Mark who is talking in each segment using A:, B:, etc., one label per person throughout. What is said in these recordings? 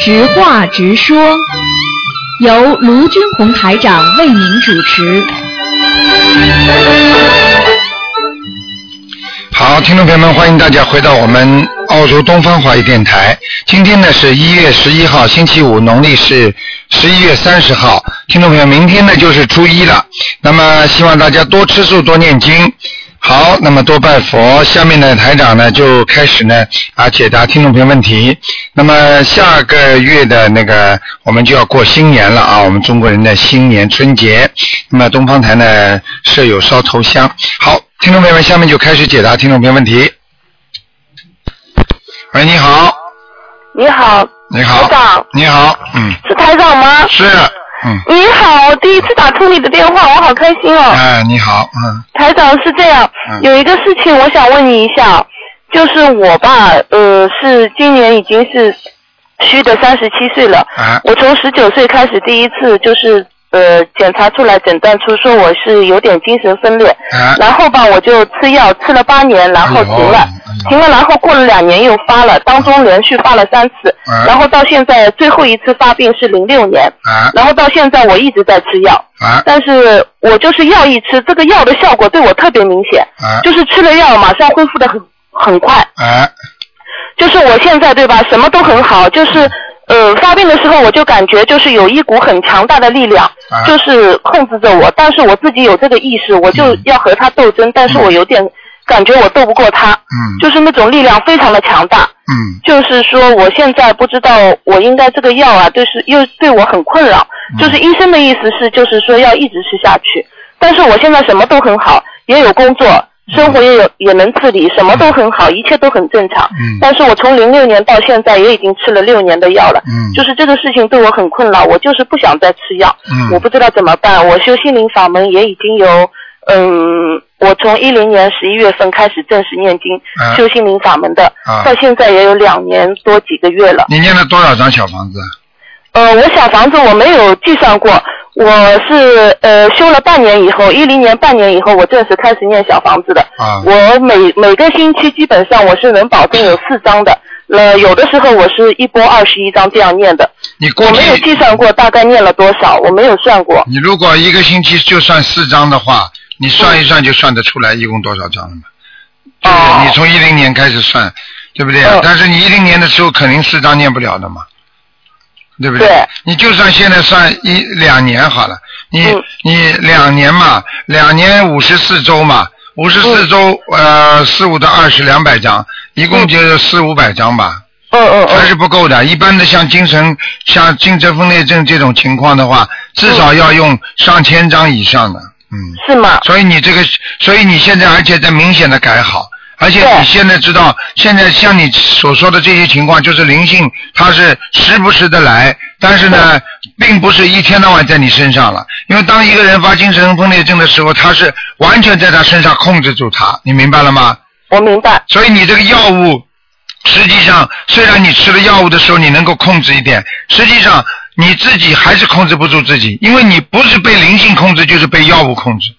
A: 直话直说，由卢军红台长为您主持。
B: 好，听众朋友们，欢迎大家回到我们澳洲东方华语电台。今天呢是一月十一号，星期五，农历是十一月三十号。听众朋友，明天呢就是初一了，那么希望大家多吃素，多念经。好，那么多拜佛。下面呢，台长呢就开始呢啊解答听众朋友问题。那么下个月的那个我们就要过新年了啊，我们中国人的新年春节。那么东方台呢设有烧头香。好，听众朋友们，下面就开始解答听众朋友问题。喂，你好，
C: 你好，
B: 你好
C: 台长，
B: 你好，嗯，
C: 是台长吗？
B: 是，嗯，
C: 你好，我第一次打通你的电话，我好开心哦。
B: 哎，你好，嗯，
C: 台长是这样
B: 嗯，
C: 有一个事情我想问你一下，就是我吧，呃，是今年已经是虚的三十七岁了。
B: 哎，
C: 我从十九岁开始第一次就是呃检查出来诊断出说我是有点精神分裂，
B: 哎，
C: 然后吧我就吃药吃了八年，然后
B: 哎
C: 停
B: 呦
C: 了。
B: 哎
C: 停
B: 呦
C: 了，然后过了两年又发了，当中连续发了三次，
B: 哎
C: 然后到现在最后一次发病是零六年，
B: 哎
C: 然后到现在我一直在吃药，
B: 哎
C: 但是我就是药一吃，这个药的效果对我特别明显，
B: 哎
C: 就是吃了药马上恢复的很很快，
B: 哎，
C: 就是我现在对吧，什么都很好，就是呃发病的时候我就感觉就是有一股很强大的力量
B: 哎，
C: 就是控制着我，但是我自己有这个意识，我就要和他斗争，但是我有点感觉我斗不过他，
B: 嗯
C: 就是那种力量非常的强大。
B: 嗯
C: 就是说，我现在不知道我应该这个药啊，就是又对我很困扰。
B: 嗯
C: 就是医生的意思是，就是说要一直吃下去。但是我现在什么都很好，也有工作，
B: 嗯
C: 生活也有也能自理，什么都很好，一切都很正常。
B: 嗯
C: 但是我从零六年到现在也已经吃了六年的药了，
B: 嗯，
C: 就是这个事情对我很困扰，我就是不想再吃药。
B: 嗯
C: 我不知道怎么办。我修心灵法门也已经有，嗯，我从一零年十一月份开始正式念经、
B: 啊
C: 修心灵法门的，
B: 啊
C: 到现在也有两年多几个月了。
B: 你念了多少张小房子？
C: 呃，我小房子我没有计算过，我是呃修了半年以后，一零年半年以后我正式开始念小房子的。
B: 啊，
C: 我每每个星期基本上我是能保证有四张的，呃，有的时候我是一波二十一张这样念的。
B: 你估
C: 我没有
B: 计
C: 计算过大概念了多少，我没有算过。
B: 你如果一个星期就算四张的话，你算一算就算得出来一共多少张了嘛？
C: 哦
B: 就是你从一零年开始算，对不对？啊
C: 嗯
B: 但是你一零年的时候肯定四张念不了的嘛，对不对？
C: 对
B: 你就算现在算一两年好了，你、
C: 嗯
B: 你两年嘛，两年五十四周嘛，五十四周、
C: 嗯
B: 呃四五的二十两百张，一共就是四五百张吧。
C: 嗯嗯
B: 还
C: 嗯
B: 是不够的。一般的像精神像精神分裂症这种情况的话，至少
C: 嗯
B: 要用上千张以上的。嗯，
C: 是吗？
B: 所以你这个，所以你现在而且在明显的改好，而且
C: 对
B: 你现在知道，现在像你所说的这些情况，就是灵性它是时不时的来，但是呢，并不是一天到晚在你身上了。因为当一个人发精神分裂症的时候，他是完全在他身上控制住他，你明白了吗？
C: 我明白。
B: 所以你这个药物，实际上虽然你吃了药物的时候你能够控制一点，实际上你自己还是控制不住自己，因为你不是被灵性控制，就是被药物控制，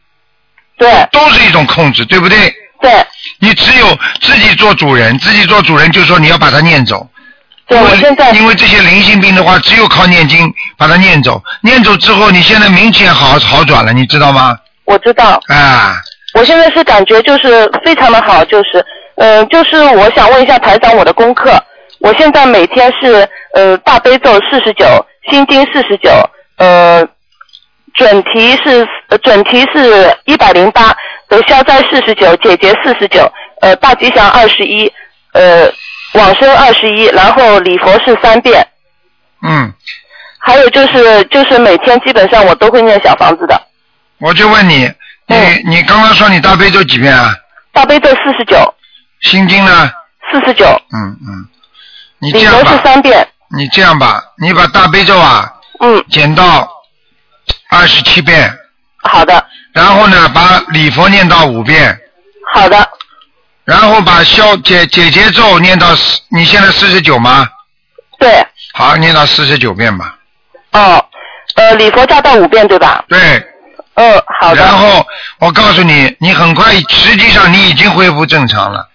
C: 对
B: 都是一种控制，对不对？
C: 对
B: 你只有自己做主人，自己做主人就是说你要把它念走。
C: 对，我现在
B: 因为这些灵性病的话，只有靠念经把它念走。念走之后，你现在明显好好转了，你知道吗？
C: 我知道，
B: 啊，
C: 我现在是感觉就是非常的好，就是嗯、呃就是我想问一下台长我的功课，我现在每天是呃大悲咒四十九，心经四十九，呃准提是呃准提是一百零八，呃消灾四十九，解结四十九，呃大吉祥二十一，呃往生二十一，然后礼佛是三遍。
B: 嗯，
C: 还有就是就是每天基本上我都会念小房子的，
B: 我就问你，你、
C: 嗯
B: 你刚刚说你大悲咒几遍啊？
C: 大悲咒四十九、
B: 心经呢？
C: 四十九，
B: 嗯，嗯，你这
C: 礼
B: 样
C: 佛是
B: 吧，
C: 三遍，
B: 你这样吧，你把大悲咒啊
C: 嗯，
B: 减到二十七遍，
C: 好的，
B: 然后呢把礼佛念到五遍，
C: 好的，
B: 然后把消解解结咒念到四，你现在四十九吗？
C: 对，
B: 好，念到四十九遍吧。
C: 哦，呃，礼佛加到五遍对吧？
B: 对，
C: 嗯，好的
B: 然，后我告诉你，你很快实际上你已经恢复正常了，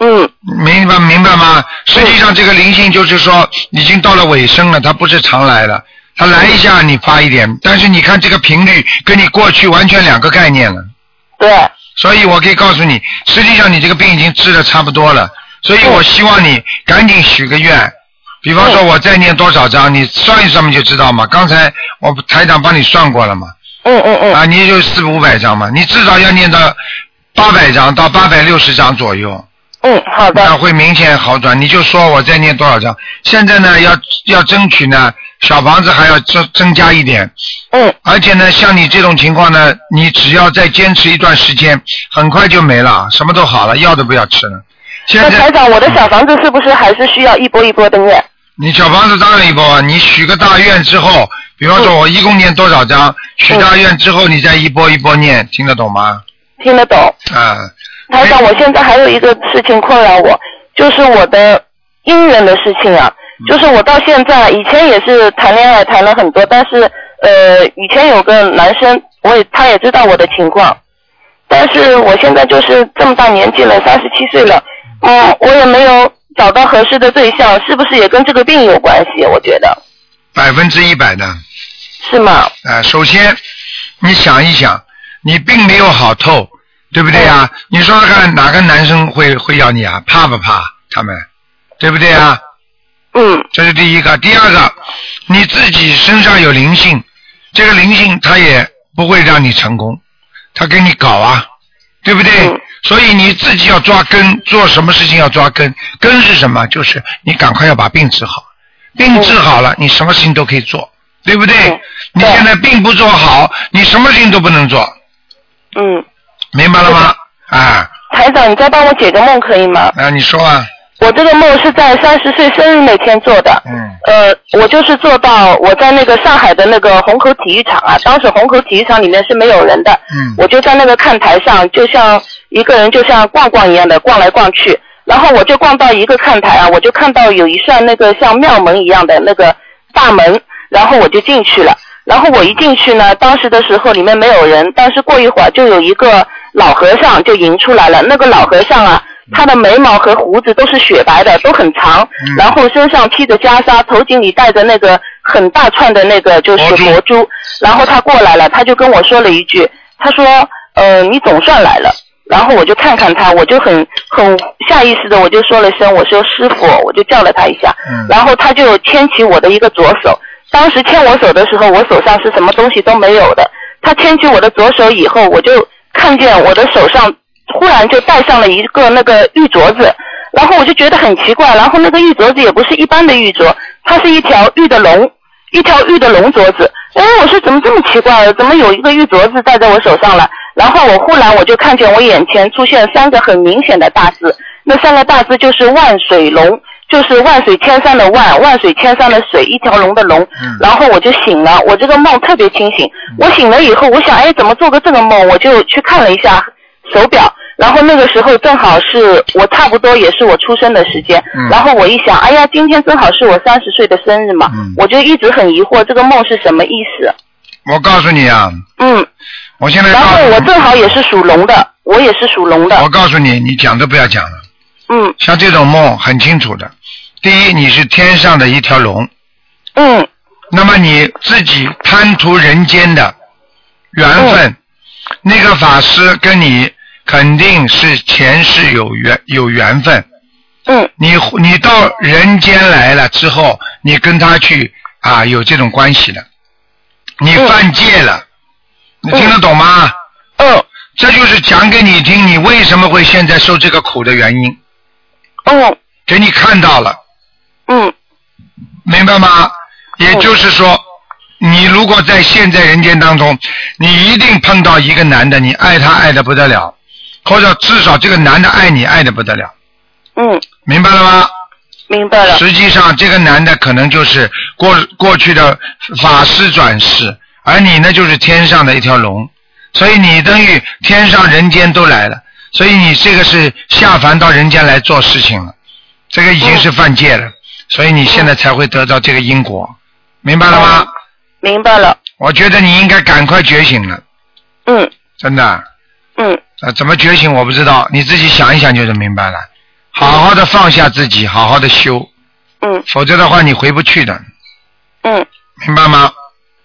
C: 嗯，
B: 明白明白吗？实际上这个灵性就是说已经到了尾声了，它不是常来了，它来一下你发一点，但是你看这个频率跟你过去完全两个概念了。
C: 对，
B: 所以我可以告诉你，实际上你这个病已经治的差不多了，所以我希望你赶紧许个愿，比方说我再念多少章，你算一算嘛就知道嘛。刚才我台长帮你算过了嘛，
C: 嗯嗯嗯，
B: 啊，你就四五百章嘛，你至少要念到八百章到八百六十章左右，
C: 嗯，好的，
B: 那会明显好转。你就说我再念多少章，现在呢要要争取呢小房子还要增增加一点，
C: 嗯
B: 而且呢，像你这种情况呢，你只要再坚持一段时间，很快就没了，什么都好了，药都不要吃了。现
C: 那
B: 在
C: 台长，我的小房子是不是还是需要一波一波的念？
B: 你小房子当然一波啊，你许个大愿之后，比方
C: 嗯
B: 说我一共念多少章，许大愿之后你再一波一波
C: 嗯
B: 念，听得懂吗？
C: 听得懂？
B: 啊，
C: 台长，我现在还有一个事情困扰我，就是我的姻缘的事情啊。就是我到现在，啊以前也是谈恋爱谈了很多，但是呃，以前有个男生，我也他也知道我的情况，但是我现在就是这么大年纪了，三十七岁了，嗯，我也没有找到合适的对象，是不是也跟这个病有关系？我觉得
B: 百分之一百的。
C: 是吗？
B: 啊，首先你想一想，你并没有好透，对不对
C: 嗯
B: 啊？你说说看，哪个男生会会要你啊？怕不怕他们？对不对啊？
C: 嗯
B: 这是第一个。第二个，你自己身上有灵性，这个灵性它也不会让你成功，它给你搞啊，对不对？
C: 嗯
B: 所以你自己要抓根，做什么事情要抓根。根是什么？就是你赶快要把病治好，病治好了，你什么事情都可以做，对不对？
C: 嗯
B: 你现在病不做好，你什么事情都不能做，
C: 嗯，
B: 明白了吗？啊
C: 台长，你再帮我解个梦可以吗？
B: 啊，你说啊，
C: 我这个梦是在三十岁生日那天做的。
B: 嗯
C: 呃，我就是做到我在那个上海的那个虹口体育场啊，当时虹口体育场里面是没有人的，
B: 嗯
C: 我就在那个看台上，就像一个人就像逛逛一样的逛来逛去，然后我就逛到一个看台啊，我就看到有一扇那个像庙门一样的那个大门，然后我就进去了。然后我一进去呢，当时的时候里面没有人，但是过一会儿就有一个老和尚就迎出来了。那个老和尚啊，他的眉毛和胡子都是雪白的，都很长
B: 嗯，
C: 然后身上披着袈裟，头颈里戴着那个很大串的那个哦就是
B: 佛珠
C: 佛珠。然后他过来了，他就跟我说了一句，他说：“呃，你总算来了。”然后我就看看他，我就很很下意识的我就说了声，我说师傅，我就叫了他一下，
B: 嗯
C: 然后他就牵起我的一个左手，当时牵我手的时候，我手上是什么东西都没有的。他牵起我的左手以后，我就看见我的手上忽然就戴上了一个那个玉镯子，然后我就觉得很奇怪，然后那个玉镯子也不是一般的玉镯，它是一条玉的龙，一条玉的龙镯子。哎，我说怎么这么奇怪？啊怎么有一个玉镯子戴在我手上了？然后我忽然我就看见我眼前出现三个很明显的大字，那三个大字就是万水龙，就是万水千山的万，万水千山的水，一条龙的龙。
B: 嗯
C: 然后我就醒了，我这个梦特别清醒。我醒了以后，我想，哎，怎么做个这个梦？我就去看了一下手表，然后那个时候正好是我差不多也是我出生的时间。
B: 嗯
C: 然后我一想，哎呀，今天正好是我三十岁的生日嘛，
B: 嗯
C: 啊我就一直很疑惑这个梦是什么意思。
B: 我告诉你啊，
C: 嗯，
B: 我现在
C: 然
B: 告
C: 后
B: 诉
C: 我
B: 你
C: 正好也是属龙的，我也是属龙的
B: 我。告诉你，你讲都不要讲了。
C: 嗯
B: 像这种梦很清楚的。第一，你是天上的一条龙，
C: 嗯
B: 那么你自己贪图人间的缘分，那个法师跟你肯定是前世有缘有缘分。
C: 嗯
B: 你你到人间来了之后，你跟他去啊有这种关系的，你犯戒了，你听得懂吗？
C: 嗯
B: 这就是讲给你听，你为什么会现在受这个苦的原因，
C: 嗯
B: 给你看到了。
C: 嗯
B: 明白吗？也就是说，你如果在现在人间当中，你一定碰到一个男的，你爱他爱的不得了，或者至少这个男的爱你爱的不得了，
C: 嗯，
B: 明白了吗？
C: 明白了。
B: 实际上，这个男的可能就是过过去的法师转世，而你呢，就是天上的一条龙，所以你等于天上人间都来了，所以你这个是下凡到人间来做事情了，这个已经是犯戒了，所以你现在才会得到这个因果，明白了吗？
C: 明白了。
B: 我觉得你应该赶快觉醒了，
C: 嗯
B: 真的。
C: 嗯
B: 啊，怎么觉醒我不知道，你自己想一想就能明白了。好好的放下自己，好好的修，
C: 嗯
B: 否则的话你回不去的，
C: 嗯，
B: 明白吗？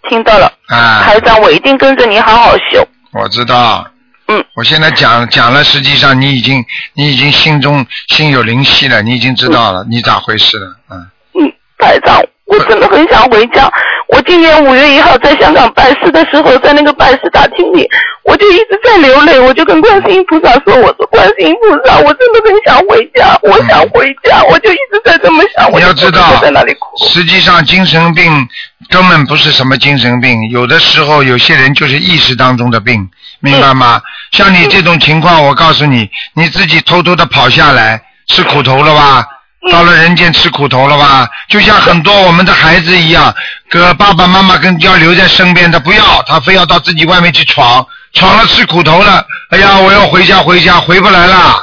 C: 听到了，
B: 啊，
C: 台长，我一定跟着你好好修。
B: 我知道。
C: 嗯。
B: 我现在讲讲了，实际上你已经你已经心中心有灵犀了，你已经知道了，你咋回事了？嗯。
C: 嗯，台长，我真的很想回家。我今年五月一号在香港拜师的时候，在那个拜师大厅里，我就一直在流泪，我就跟观世音菩萨说：“我说观世音菩萨，我真的很想回家，我想回家。”我就一直在这么想，我
B: 你
C: 就
B: 要知道
C: 在那里哭。
B: 实际上，精神病根本不是什么精神病，有的时候有些人就是意识当中的病，明白
C: 嗯
B: 吗？像你这种情况，我告诉你，你自己偷偷的跑下来，吃苦头了吧？
C: 嗯
B: 到了人间吃苦头了吧？就像很多我们的孩子一样，哥爸爸妈妈跟要留在身边的不要，他非要到自己外面去闯，闯了吃苦头了。哎呀，我要回家，回家，回不来了，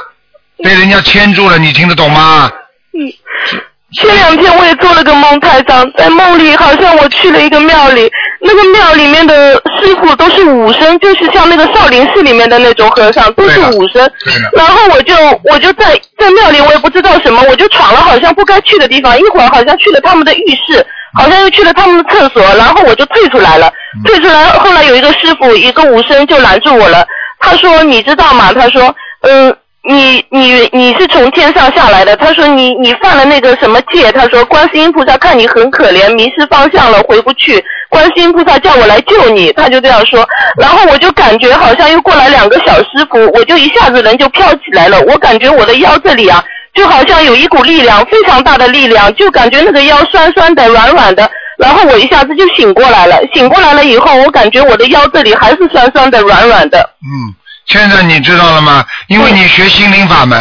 B: 被人家牵住了，你听得懂吗？
C: 嗯，前两天我也做了个梦，台长，在梦里好像我去了一个庙里，那个庙里面的师傅都是武僧，就是像那个少林寺里面的那种和尚，都是
B: 对的
C: 武僧
B: 对的。
C: 然后我就我就在在庙里，我也不知道什么，我就闯了好像不该去的地方，一会儿好像去了他们的浴室，好像又去了他们的厕所，然后我就退出来了。
B: 嗯
C: 退出来后来有一个师傅，一个武僧就拦住我了，他说你知道吗？他说嗯。你你你是从天上下来的，他说你你犯了那个什么戒，他说观世音菩萨看你很可怜，迷失方向了，回不去，观世音菩萨叫我来救你，他就这样说，然后我就感觉好像又过来两个小师傅，我就一下子人就飘起来了，我感觉我的腰这里啊，就好像有一股力量，非常大的力量，就感觉那个腰酸酸的、软软的，然后我一下子就醒过来了，醒过来了以后，我感觉我的腰这里还是酸酸的、软软的，
B: 嗯，现在你知道了吗？因为你学心灵法门，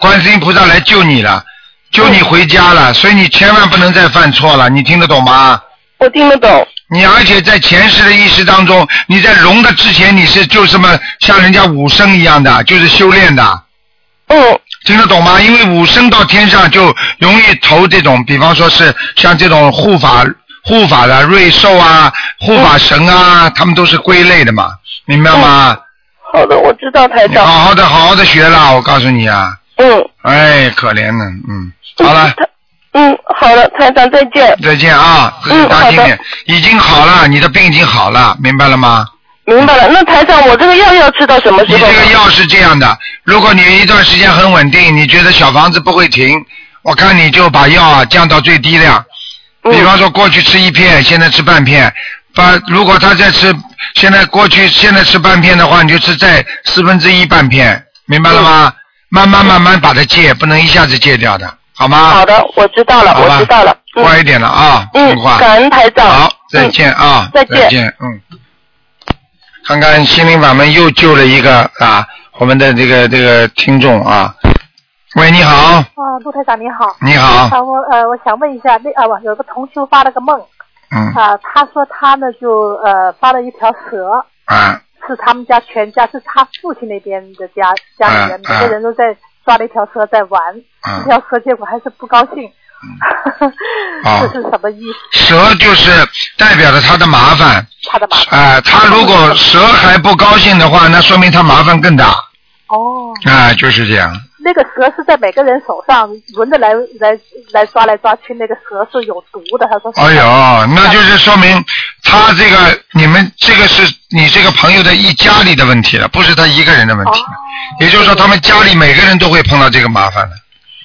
B: 观世音菩萨来救你了，救你回家了，所以你千万不能再犯错了，你听得懂吗？
C: 我听得懂，
B: 你而且在前世的意识当中，你在融的之前，你是就这么像人家武僧一样的，就是修炼的，
C: 嗯
B: 听得懂吗？因为武僧到天上就容易投这种，比方说是像这种护法护法的瑞兽啊、护法神啊，他们都是归类的嘛，明白吗？
C: 好的，我知道台
B: 你
C: 长。
B: 好好的好好的学啦，我告诉你啊。
C: 嗯，
B: 哎，可怜呢，嗯，好 了，
C: 嗯，好了，台长再见，
B: 再见啊，自己
C: 嗯
B: 当
C: 好的
B: 心点，已经好了，你的病已经好了，明白了吗？
C: 明白了。那台长，我这个药要吃到什么
B: 你
C: 时
B: 这
C: 候？
B: 个药是这样的，如果你一段时间很稳定，你觉得小房子不会停，我看你就把药啊降到最低量，比
C: 嗯
B: 方说过去吃一片，现在吃半片，把如果他再吃，现在过去现在吃半片的话，你就吃在四分之一半片，明白了吗？
C: 嗯
B: 慢慢慢慢把它戒，不能一下子戒掉的，好吗？
C: 好的，我知道了，
B: 啊好吧
C: 我知道了。
B: 乖
C: 嗯
B: 一点了啊，听
C: 嗯
B: 话，。
C: 感恩台长。
B: 好，再见啊，
C: 再见
B: 嗯。看看心灵法门又救了一个啊，我们的这个这个听众啊。喂，你好，
D: 啊，陆台长你好。
B: 你好，
D: 啊，我呃，我想问一下，那啊，我有个同修发了个梦
B: 嗯
D: 啊，他说他呢就呃发了一条蛇，
B: 啊，
D: 是他们家全家，是他父亲那边的家家里人，
B: 啊啊
D: 每个人都在抓了一条蛇在玩，
B: 嗯
D: 这条蛇结果还是不高兴，
B: 啊
D: 这是什么意思？
B: 蛇就是代表着他的麻烦，
D: 他的麻烦
B: 啊，他如
C: 嗯
B: 果蛇还不高兴的话，那说明他麻烦更大，
D: 哦，
B: 啊，就是这样，
D: 那个蛇是在每个人手上轮着来来来抓来抓去，那个蛇是有毒的，他说。
B: 哎呦，那就是说明他这个你们这个是你这个朋友的一家里的问题了，不是他一个人的问
D: 哦
B: 题了。也就是说，他们家里每个人都会碰到这个麻烦的。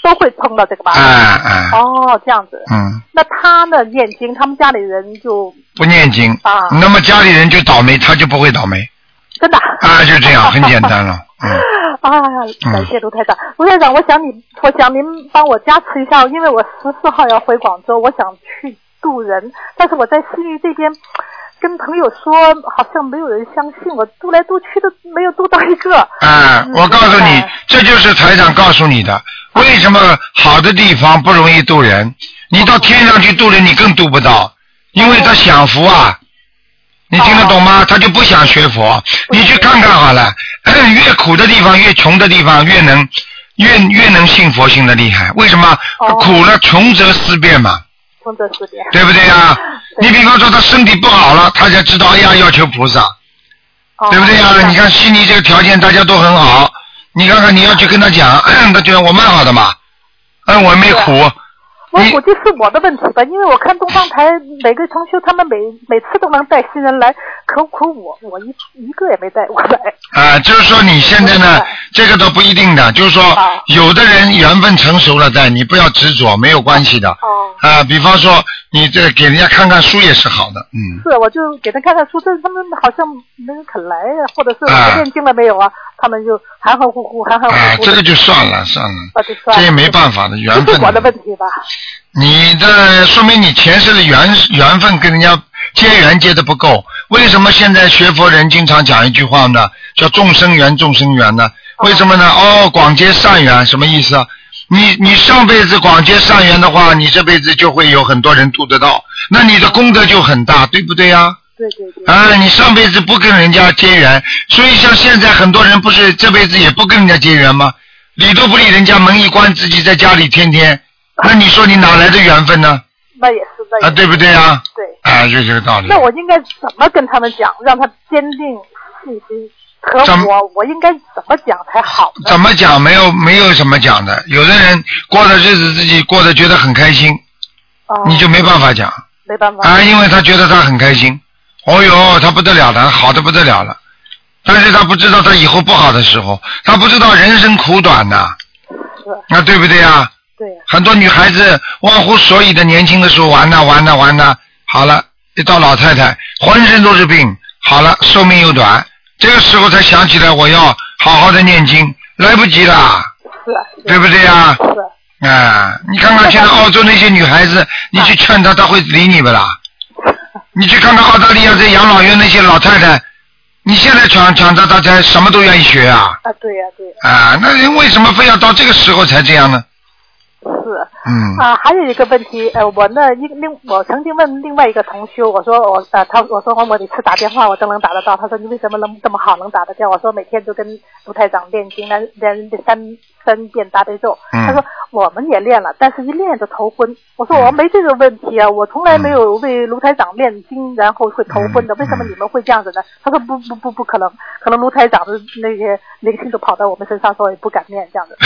D: 都会碰到这个麻
B: 哎
D: 烦。
B: 哎，
D: 啊哦，这样子。
B: 嗯，
D: 那他呢念经，他们家里人就
B: 不念经，
D: 啊
B: 那么家里人就倒霉，他就不会倒霉。
D: 真的
B: 啊，就这样，很简单了。嗯，
D: 啊，感谢卢台长，卢台长，我想你，我想您帮我加持一下，因为我十四号要回广州，我想去渡人，但是我在西域这边跟朋友说，好像没有人相信我，渡来渡去都没有渡到一个。
B: 哎，我告诉你
D: 哎，
B: 这就是台长告诉你的，为什么好的地方不容易渡人？你到天上去渡人，你更渡不到，
D: 嗯
B: 因为他享福啊。你听得懂
D: 哦
B: 吗？他就不想学佛。你去看看好了， 越苦的地方，越穷的地方，越能越越能信佛信的厉害。为什么？
D: 哦
B: 苦了穷则思变嘛。
D: 从这四边
B: 对不对啊？
D: 对
B: 你比方说他身体不好了，他才知道哎呀要求菩萨，
D: 哦
B: 对不对呀、
D: 明白
B: 你看悉尼这个条件大家都很好，你看看你要去跟他讲， 他觉得我蛮好的嘛，嗯，我
D: 啊
B: 没苦，
D: 我
B: 你
D: 估计是我的问题吧，因为我看东方台每个同修他们每每次都能带新人来，可可我我一一个也没带过来。
B: 啊、就是说你现在呢，这个都不一定的，就是说
D: 啊
B: 有的人缘分成熟了再，你不要执着，没有关系的。
D: 哦，
B: 啊、比方说你这给人家看看书也是好的，嗯，
D: 是，我就给他看看书，但是他们好像没人肯来呀，或者是
B: 啊
D: 我念经了没有啊？他们就含含糊糊，含含
B: 啊、
D: 糊糊的。
B: 这个就算了算了，
D: 啊，就算了
B: 这也没办法的，缘
D: 不
B: 分
D: 是我
B: 的。
D: 的问题吧？
B: 你的说明你前世的缘缘分跟人家结缘结的不够，为什么现在学佛人经常讲一句话呢？叫众生缘，众生缘呢？为什么呢？哦，广结善缘什么意思啊？你你上辈子广结善缘的话，你这辈子就会有很多人度得到，那你的功德就很大，对不对呀、
D: 对对对，
B: 啊，你上辈子不跟人家结缘，所以像现在很多人不是这辈子也不跟人家结缘吗？理都不理人家，门一关，自己在家里天天，那你说你哪来的缘分呢？
D: 那也是，那也
B: 啊，
D: 是
B: 对不对啊？
D: 对。
B: 啊，就这个道理。
D: 那我应该怎么跟他们讲，让他坚定信心？可
B: 怎么
D: 我我应该怎么讲才好呢？
B: 怎么讲？没有没有什么讲的。有的人过的日子自己过得觉得很开心，
D: 啊，
B: 你就没办法讲
D: 没办法。
B: 啊，因为他觉得他很开心。哦哟，他不得了了，好的不得了了。但是他不知道他以后不好的时候，他不知道人生苦短呐、
D: 是，
B: 啊，对不对啊？
D: 对呀、
B: 很多女孩子忘乎所以的，年轻的时候玩呐玩呐玩呐，好了，一到老太太浑身都是病，好了，寿命又短，这个时候才想起来我要好好的念经，来不及了，
D: 是啊，是啊
B: 对不对呀、
D: 是啊
B: 啊？你看看现在澳洲那些女孩子，你去劝她，她会理你不啦？你去看看澳大利亚在养老院那些老太太，你现在讲讲她，大家什么都愿意学啊
D: 啊，对呀、对呀、
B: 啊！那人为什么非要到这个时候才这样呢？
D: 是啊。
B: 嗯。
D: 啊，还有一个问题，呃，我呢，一另我曾经问另外一个同修，我说我呃，他我说我每次打电话我都能打得到，他说你为什么能这么好能打得掉？我说每天就跟卢台长练经，连连三三遍大悲咒。
B: 嗯
D: 他说我们也练了，但是一练就头昏。我说我没这个问题啊，我从来没有为卢台长练经然后会头
B: 嗯
D: 昏的，为什么你们会这样子呢？他说不不不不可能，可能卢台长的那些灵性都跑到我们身上，所以不敢练 这样子。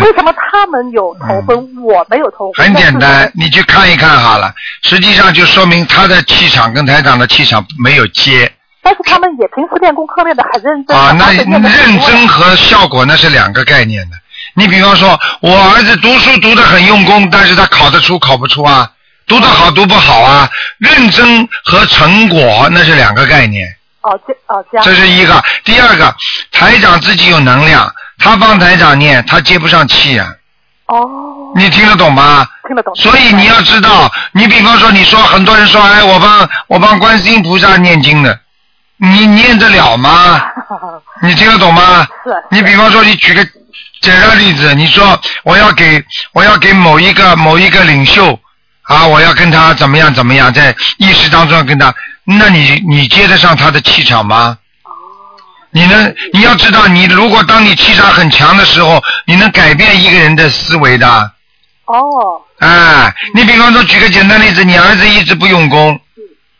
D: 为什么他们有头昏，我没有头昏？
B: 很简
D: 但是
B: 单，你去看一看好了。实际上就说明他的气场跟台长的气场没有接
D: 但是他们也平时练功课练得很认真，
B: 啊，那
D: 而且练得很
B: 认
D: 多
B: 真和效果那是两个概念的。你比方说，我儿子读书读得很用功，但是他考得出考不出啊？读得好读不好啊？认真和成果那是两个概念。
D: 哦，这哦这样
B: 这是一个。第二个，台长自己有能量，他帮台长念，他接不上气啊。
D: 哦，
B: 你听得懂吗？
D: 听得懂。
B: 所以你要知道，你比方说，你说很多人说，哎，我帮我帮观世音菩萨念经的，你念得了吗？你听得懂吗？
D: 是是
B: 你比方说，你举个简单例子，你说我要给我要给某一个某一个领袖啊，我要跟他怎么样怎么样，在意识当中要跟他，那你你接得上他的气场吗？你能，你要知道，你如果当你气场很强的时候，你能改变一个人的思维的。
D: 哦，
B: 哎，你比方说举个简单例子，你儿子一直不用功，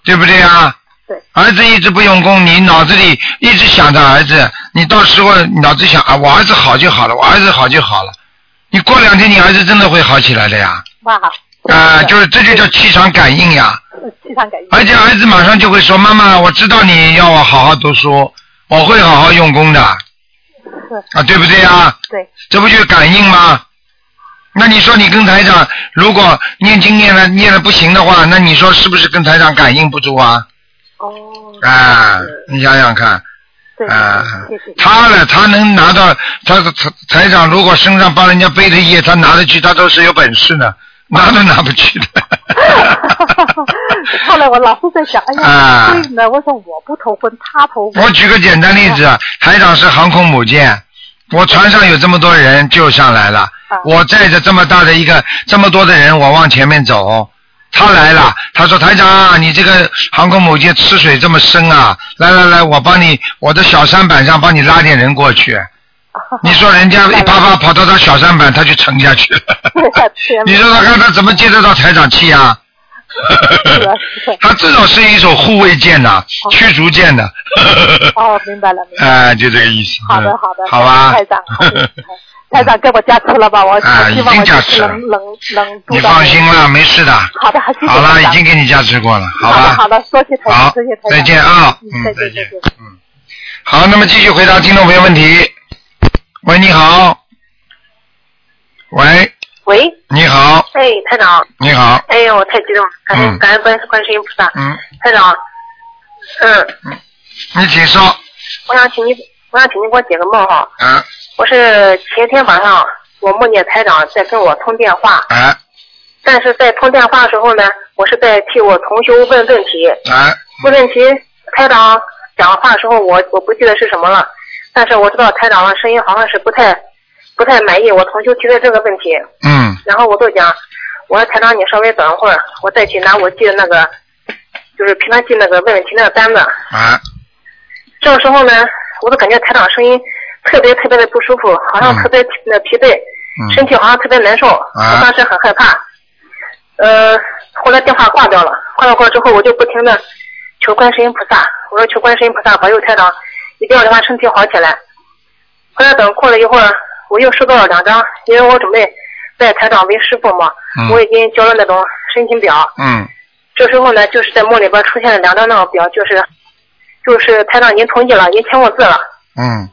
B: 对不对啊？
D: 对
B: 儿子一直不用功，你脑子里一直想着儿子，你到时候脑子想啊，我儿子好就好了，我儿子好就好了。你过两天，你儿子真的会好起来的呀！
D: 哇，
B: 啊、
D: 真的
B: 就是这就叫气场感应呀。
D: 是气场感应。
B: 而且儿子马上就会说：“妈妈，我知道你要我好好读书，我会好好用功的。”啊，对不对啊？
D: 对，
B: 这不就是感应吗？那你说你跟台长如果念经念了念了不行的话，那你说是不是跟台长感应不足啊？
D: 哦，
B: 啊，你想想看，
D: 对，
B: 啊
D: 谢谢，。
B: 他呢，他能拿到他他台长如果身上帮人家背的业，他拿得去，他都是有本事呢，拿都拿不去的。
D: 后来我老是在想，哎呀，
B: 啊
D: 对呢，我说我不头昏，他头昏
B: 我， 举个简单例子，啊台长是航空母舰，我船上有这么多人就上来了，我载着这么大的一个这么多的人，我往前面走。他来了，他说：“台长啊，你这个航空母舰吃水这么深啊，来来来，我帮你，我的小舢板上帮你拉点人过去。”你说人家一啪啪跑到他小舢板，他就沉下去了。
D: 对呀，对呀
B: 你说他看他怎么接得到台长气啊？
D: 是的是啊的
B: 它至少是一手护卫剑呐、驱逐剑呐。
D: 哦，明白了，明白了。
B: 哎，就这个意思。
D: 好的
B: 嗯，
D: 好的，
B: 好吧。
D: 台长，好的台长给我加持了吧？我我
B: 啊
D: 希望
B: 已经
D: 我
B: 加
D: 就
B: 持
D: 是
B: 了
D: 能能能做
B: 你
D: 到。
B: 放心啦，没事的。
D: 好的，好，谢谢
B: 好啦，
D: 台
B: 已
D: 长
B: 经给你加持过了，好
D: 好的
B: 吧？
D: 好的，多谢台
B: 好
D: 长，谢谢台，长。
B: 再见啊，嗯，
D: 再
B: 再见，
D: 见再见。
B: 嗯，好，那么继续回答听众朋友问题。喂，你好。喂，
C: 喂，
B: 你好，
C: 哎，台长，
B: 你好，
C: 哎呀，我太激动了，感
B: 嗯
C: 恩感恩观世观世音菩萨，
B: 嗯，
C: 台长，嗯，
B: 你请说，
C: 我想请你，我想请你给我解个梦哈，
B: 啊
C: 我是前天晚上我梦见台长在跟我通电话，
B: 啊
C: 但是在通电话的时候呢，我是在替我同修问问题，
B: 啊，
C: 问问题，台长讲话的时候我我不记得是什么了，但是我知道台长的声音好像是不太不太满意，我同修提的这个问题，
B: 嗯
C: 然后我就讲，我说台长你稍微等一会儿，我再去拿我记的那个，就是平常记那个问问题那个单子。
B: 啊
C: 这个时候呢，我就感觉台长声音特别特别的不舒服，好像
B: 嗯
C: 特别的疲惫，身
B: 嗯啊
C: 体好像特别难受。我当时很害怕，呃，后来电话挂掉了，挂掉过之后我就不停的求观世音菩萨，我说求观世音菩萨保佑台长，一定要让他身体好起来。后来等过了一会儿，我又收到了两张，因为我准备在台长为师傅嘛，
B: 嗯
C: 我已经交了那种申请表。
B: 嗯
C: 这时候呢，就是在梦里边出现了两张那种表，就是就是台长您同意了，您签过字了，
B: 嗯，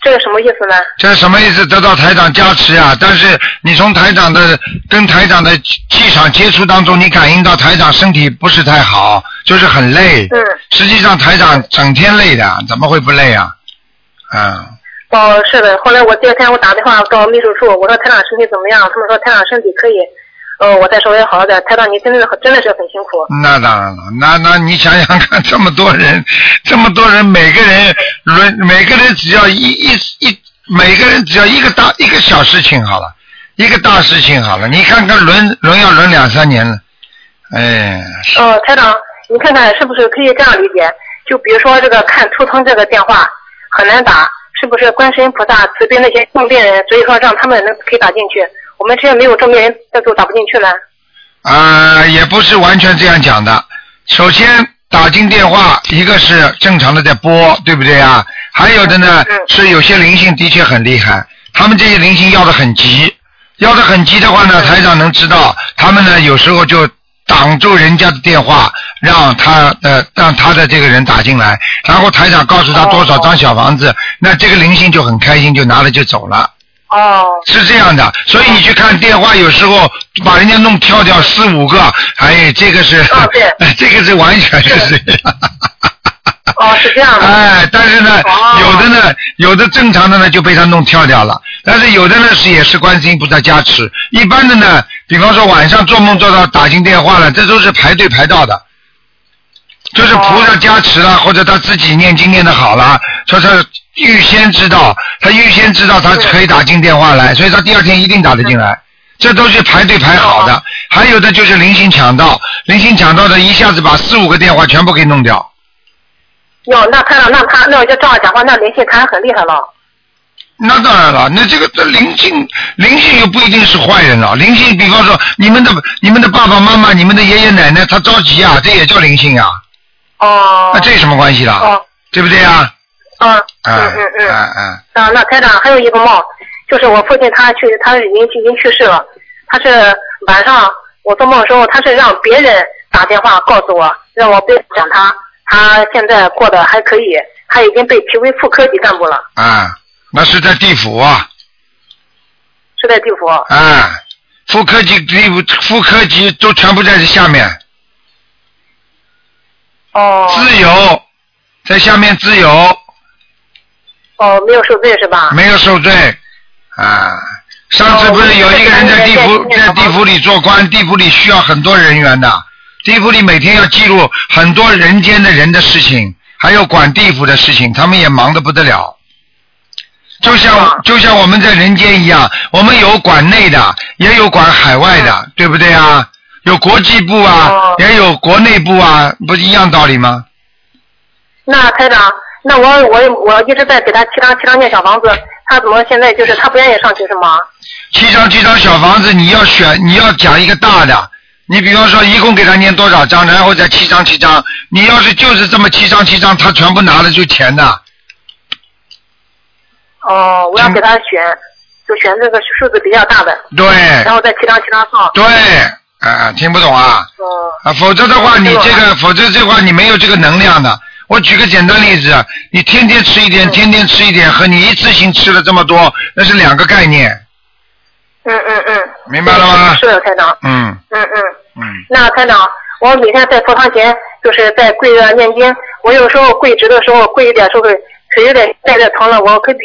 C: 这个什么意思呢？
B: 这什么意思？得到台长加持啊！但是你从台长的跟台长的气场接触当中，你感应到台长身体不是太好，就是很累。
C: 嗯，
B: 实际上台长整天累的，怎么会不累啊？啊，
C: 哦，是的。后来我第二天我打电话到秘书处，我说台长身体怎么样？他们说台长身体可以，呃，我再稍微好一点。台长您真的很真的是很辛苦。
B: 那当然了，那那你想想看，这么多人， 这么多人，每个人轮，每个人只要一一一，每个人只要一个大一个小事情好了，一个大事情好了，你看看轮轮要轮两三年了，哎，
C: 哦、台长，你看看是不是可以这样理解？就比如说这个看图腾这个电话很难打，是不是观世音菩萨慈悲那些重病人，所以说让他们能可以打进去？我们这些没有正病人，那就打不进去呢？
B: 啊、也不是完全这样讲的。首先打进电话，一个是正常的在拨，对不对啊？还有的呢
C: 嗯
B: 是有些灵性的确很厉害，他们这些灵性要的很急，要的很急的话呢，台长能知道，他们呢有时候就挡住人家的电话，让他呃让他的这个人打进来，然后台长告诉他多少张小房子，那这个灵性就很开心，就拿了就走了。
C: 哦，
B: 是这样的，所以你去看电话，有时候把人家弄跳掉四五个，哎，这个是，
C: 啊对
B: 这个是完全是这样。
C: 哦，是这样的。
B: 哎，但是呢，
C: 哦
B: 有的呢，有的正常的呢就被他弄跳掉了，但是有的呢是也是观世音菩萨加持。一般的呢，比方说晚上做梦做到打进电话了，这都是排队排到的，就是菩萨加持了，或者他自己念经念的好了，说他预先知道，他预先知道他可以打进电话来，所以他第二天一定打得进
C: 嗯
B: 来。这都是排队排好
C: 哦
B: 的，还有的就是零星抢到，零星抢到的一下子把四五个电话全部给弄掉。
C: 哟，那台长，那他那要这样讲话，那联系他很厉害了。
B: 那当然了，那这个这灵性，灵性又不一定是坏人了。灵性，比方说你们的、你们的爸爸妈妈、你们的爷爷奶奶，他着急啊，这也叫灵性啊，
C: 哦。
B: 那这有什么关系啦？
C: 哦，
B: 对不对啊？
C: 嗯
B: 哎
C: 嗯嗯嗯。
B: 哎哎，
C: 啊，那台长还有一个梦，就是我父亲他去，他已经已经去世了。他是晚上我做梦的时候，他是让别人打电话告诉我，让我别讲他，他现在过得还可以，他已经被提为副科级干部了，
B: 啊，那是在地府啊，
C: 是在地府。
B: 啊，副科级、地府、副科级都全部在这下面，
C: 哦
B: 自由，在下面自由，
C: 哦，没有受罪是吧？
B: 没有受罪，啊。上次不是有一个人在地
C: 哦
B: 府
C: 我
B: 在地府里做官，地府里需要很多人员的，地府里每天要记录很多人间的人的事情，还有管地府的事情，他们也忙得不得了。就像就像我们在人间一样，我们有管内的，也有管海外的，对不对啊？有国际部啊
C: 哦，
B: 也有国内部啊，不是一样道理吗？
C: 那台长，那我我我一直在给他七张七张念小房子，他怎么现在就是他不愿意上去是吗？
B: 七张七张小房子，你要选，你要讲一个大的，你比方说，一共给他念多少章，然后再七章七章。你要是就是这么七章七章，他全部拿了就钱呐。
C: 哦，我要给他
B: 嗯
C: 选，就选这个数字比较大的，
B: 对
C: 然后再七张七张放。
B: 对，啊，听不懂啊？
C: 哦，
B: 啊，否则的话，你这个，否则这话你没有这个能量的。我举个简单例子，你天天吃一点，天天吃一点，和你一次性吃了这么多，那是两个概念，
C: 嗯嗯嗯，
B: 明白了吗？
C: 是的，台长。
B: 嗯
C: 嗯嗯。
B: 嗯，
C: 那台长，我每天在佛堂前，就是在跪着念经。我有时候跪直的时候，跪一点时候腿有点带着疼了，我可以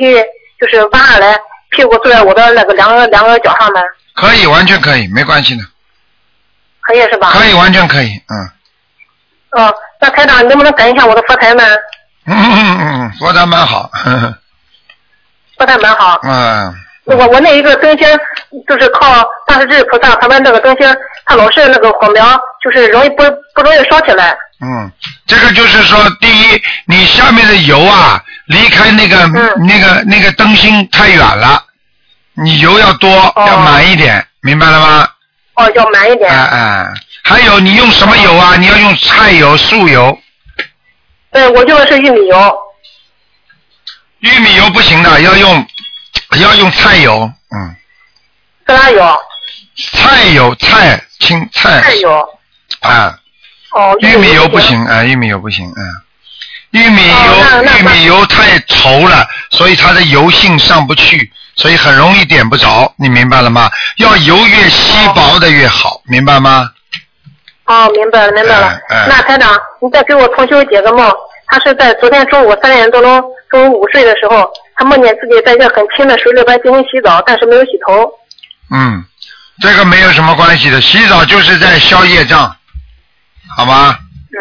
C: 就是弯下来，屁股坐在我的那个两个两个脚上面，
B: 可以，完全可以，没关系的，
C: 可以是吧？
B: 可以，完全可以，嗯。
C: 嗯、那台长，你能不能改一下我的佛台呢？
B: 嗯嗯嗯，说的蛮好，呵呵
C: 佛台蛮好。
B: 嗯，
C: 我我那一个灯芯儿就是靠大势至菩萨旁边那个灯芯儿，它老是那个火苗，就是容易不不容易烧起来。
B: 嗯，这个就是说，第一，你下面的油啊，离开那个、
C: 嗯
B: 那个那个灯芯太远了，你油要多，要满一点，明白了吗？
C: 哦，要满一点。
B: 哎哎，还有你用什么油啊？你要用菜油、素油，
C: 对，我用的是玉米油。
B: 玉米油不行的，要用要用菜油，嗯，
C: 色拉油、
B: 菜油菜青菜
C: 菜油，
B: 啊，
C: 哦，
B: 玉米油不
C: 行。
B: 行啊，玉米油不行啊。玉米油、
C: 哦那那
B: 玉米油太稠了，所以它的油性上不去，所以很容易点不着，你明白了吗？要油越稀薄的越好，明白吗？
C: 哦，明白了，明白了。
B: 哎哎
C: 那台长，你再给我同修解个梦。他是在昨天中午三点多钟，中午午睡的时候，他梦见自己在一个很清的水里边进行洗澡，但是没有洗头。
B: 嗯，这个没有什么关系的，洗澡就是在消业障，好吗？
C: 嗯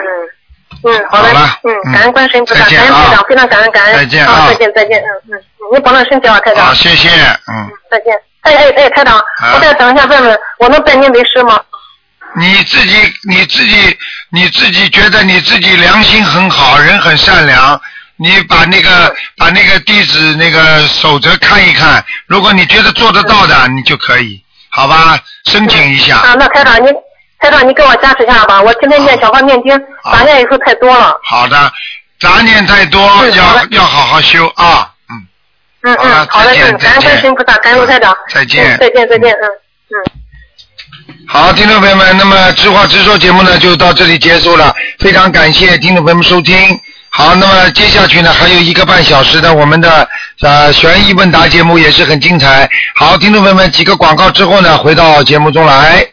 C: 嗯，好
B: 好
C: 嘞
B: 了，嗯
C: 嗯，感恩观世音菩萨，
B: 再见
C: 感恩台
B: 啊
C: 长，非常感恩感恩，
B: 再见啊
C: 再见再见，嗯嗯，您保重身体啊，台长
B: 好，，啊谢谢，嗯，
C: 再见。哎哎哎，台长，我再等一下问问，我能拜您为师吗？
B: 你自己你自己你自己觉得你自己良心很好，人很善良，你把那个把那个地址那个守则看一看，如果你觉得做得到
C: 嗯
B: 的，你就可以，好吧？申请一
C: 啊
B: 下，，
C: 那台长您，台长您给我加持一下吧，我天天念小方念经，
B: 好
C: 杂念有时候太多了。
B: 好的，杂念太多，
C: 嗯好
B: 要
C: 的
B: 要好好修啊，嗯，
C: 嗯
B: 好了
C: 嗯，好嘞，
B: 再见
C: 嗯，感恩观世音菩萨，感恩卢台长，
B: 再见
C: 嗯再见，再见，嗯嗯。
B: 好，听众朋友们，那么直话直说节目呢就到这里结束了，非常感谢听众朋友们收听。好，那么接下去呢还有一个半小时的我们的呃悬疑问答节目也是很精彩。好，听众朋友们，几个广告之后呢回到节目中来。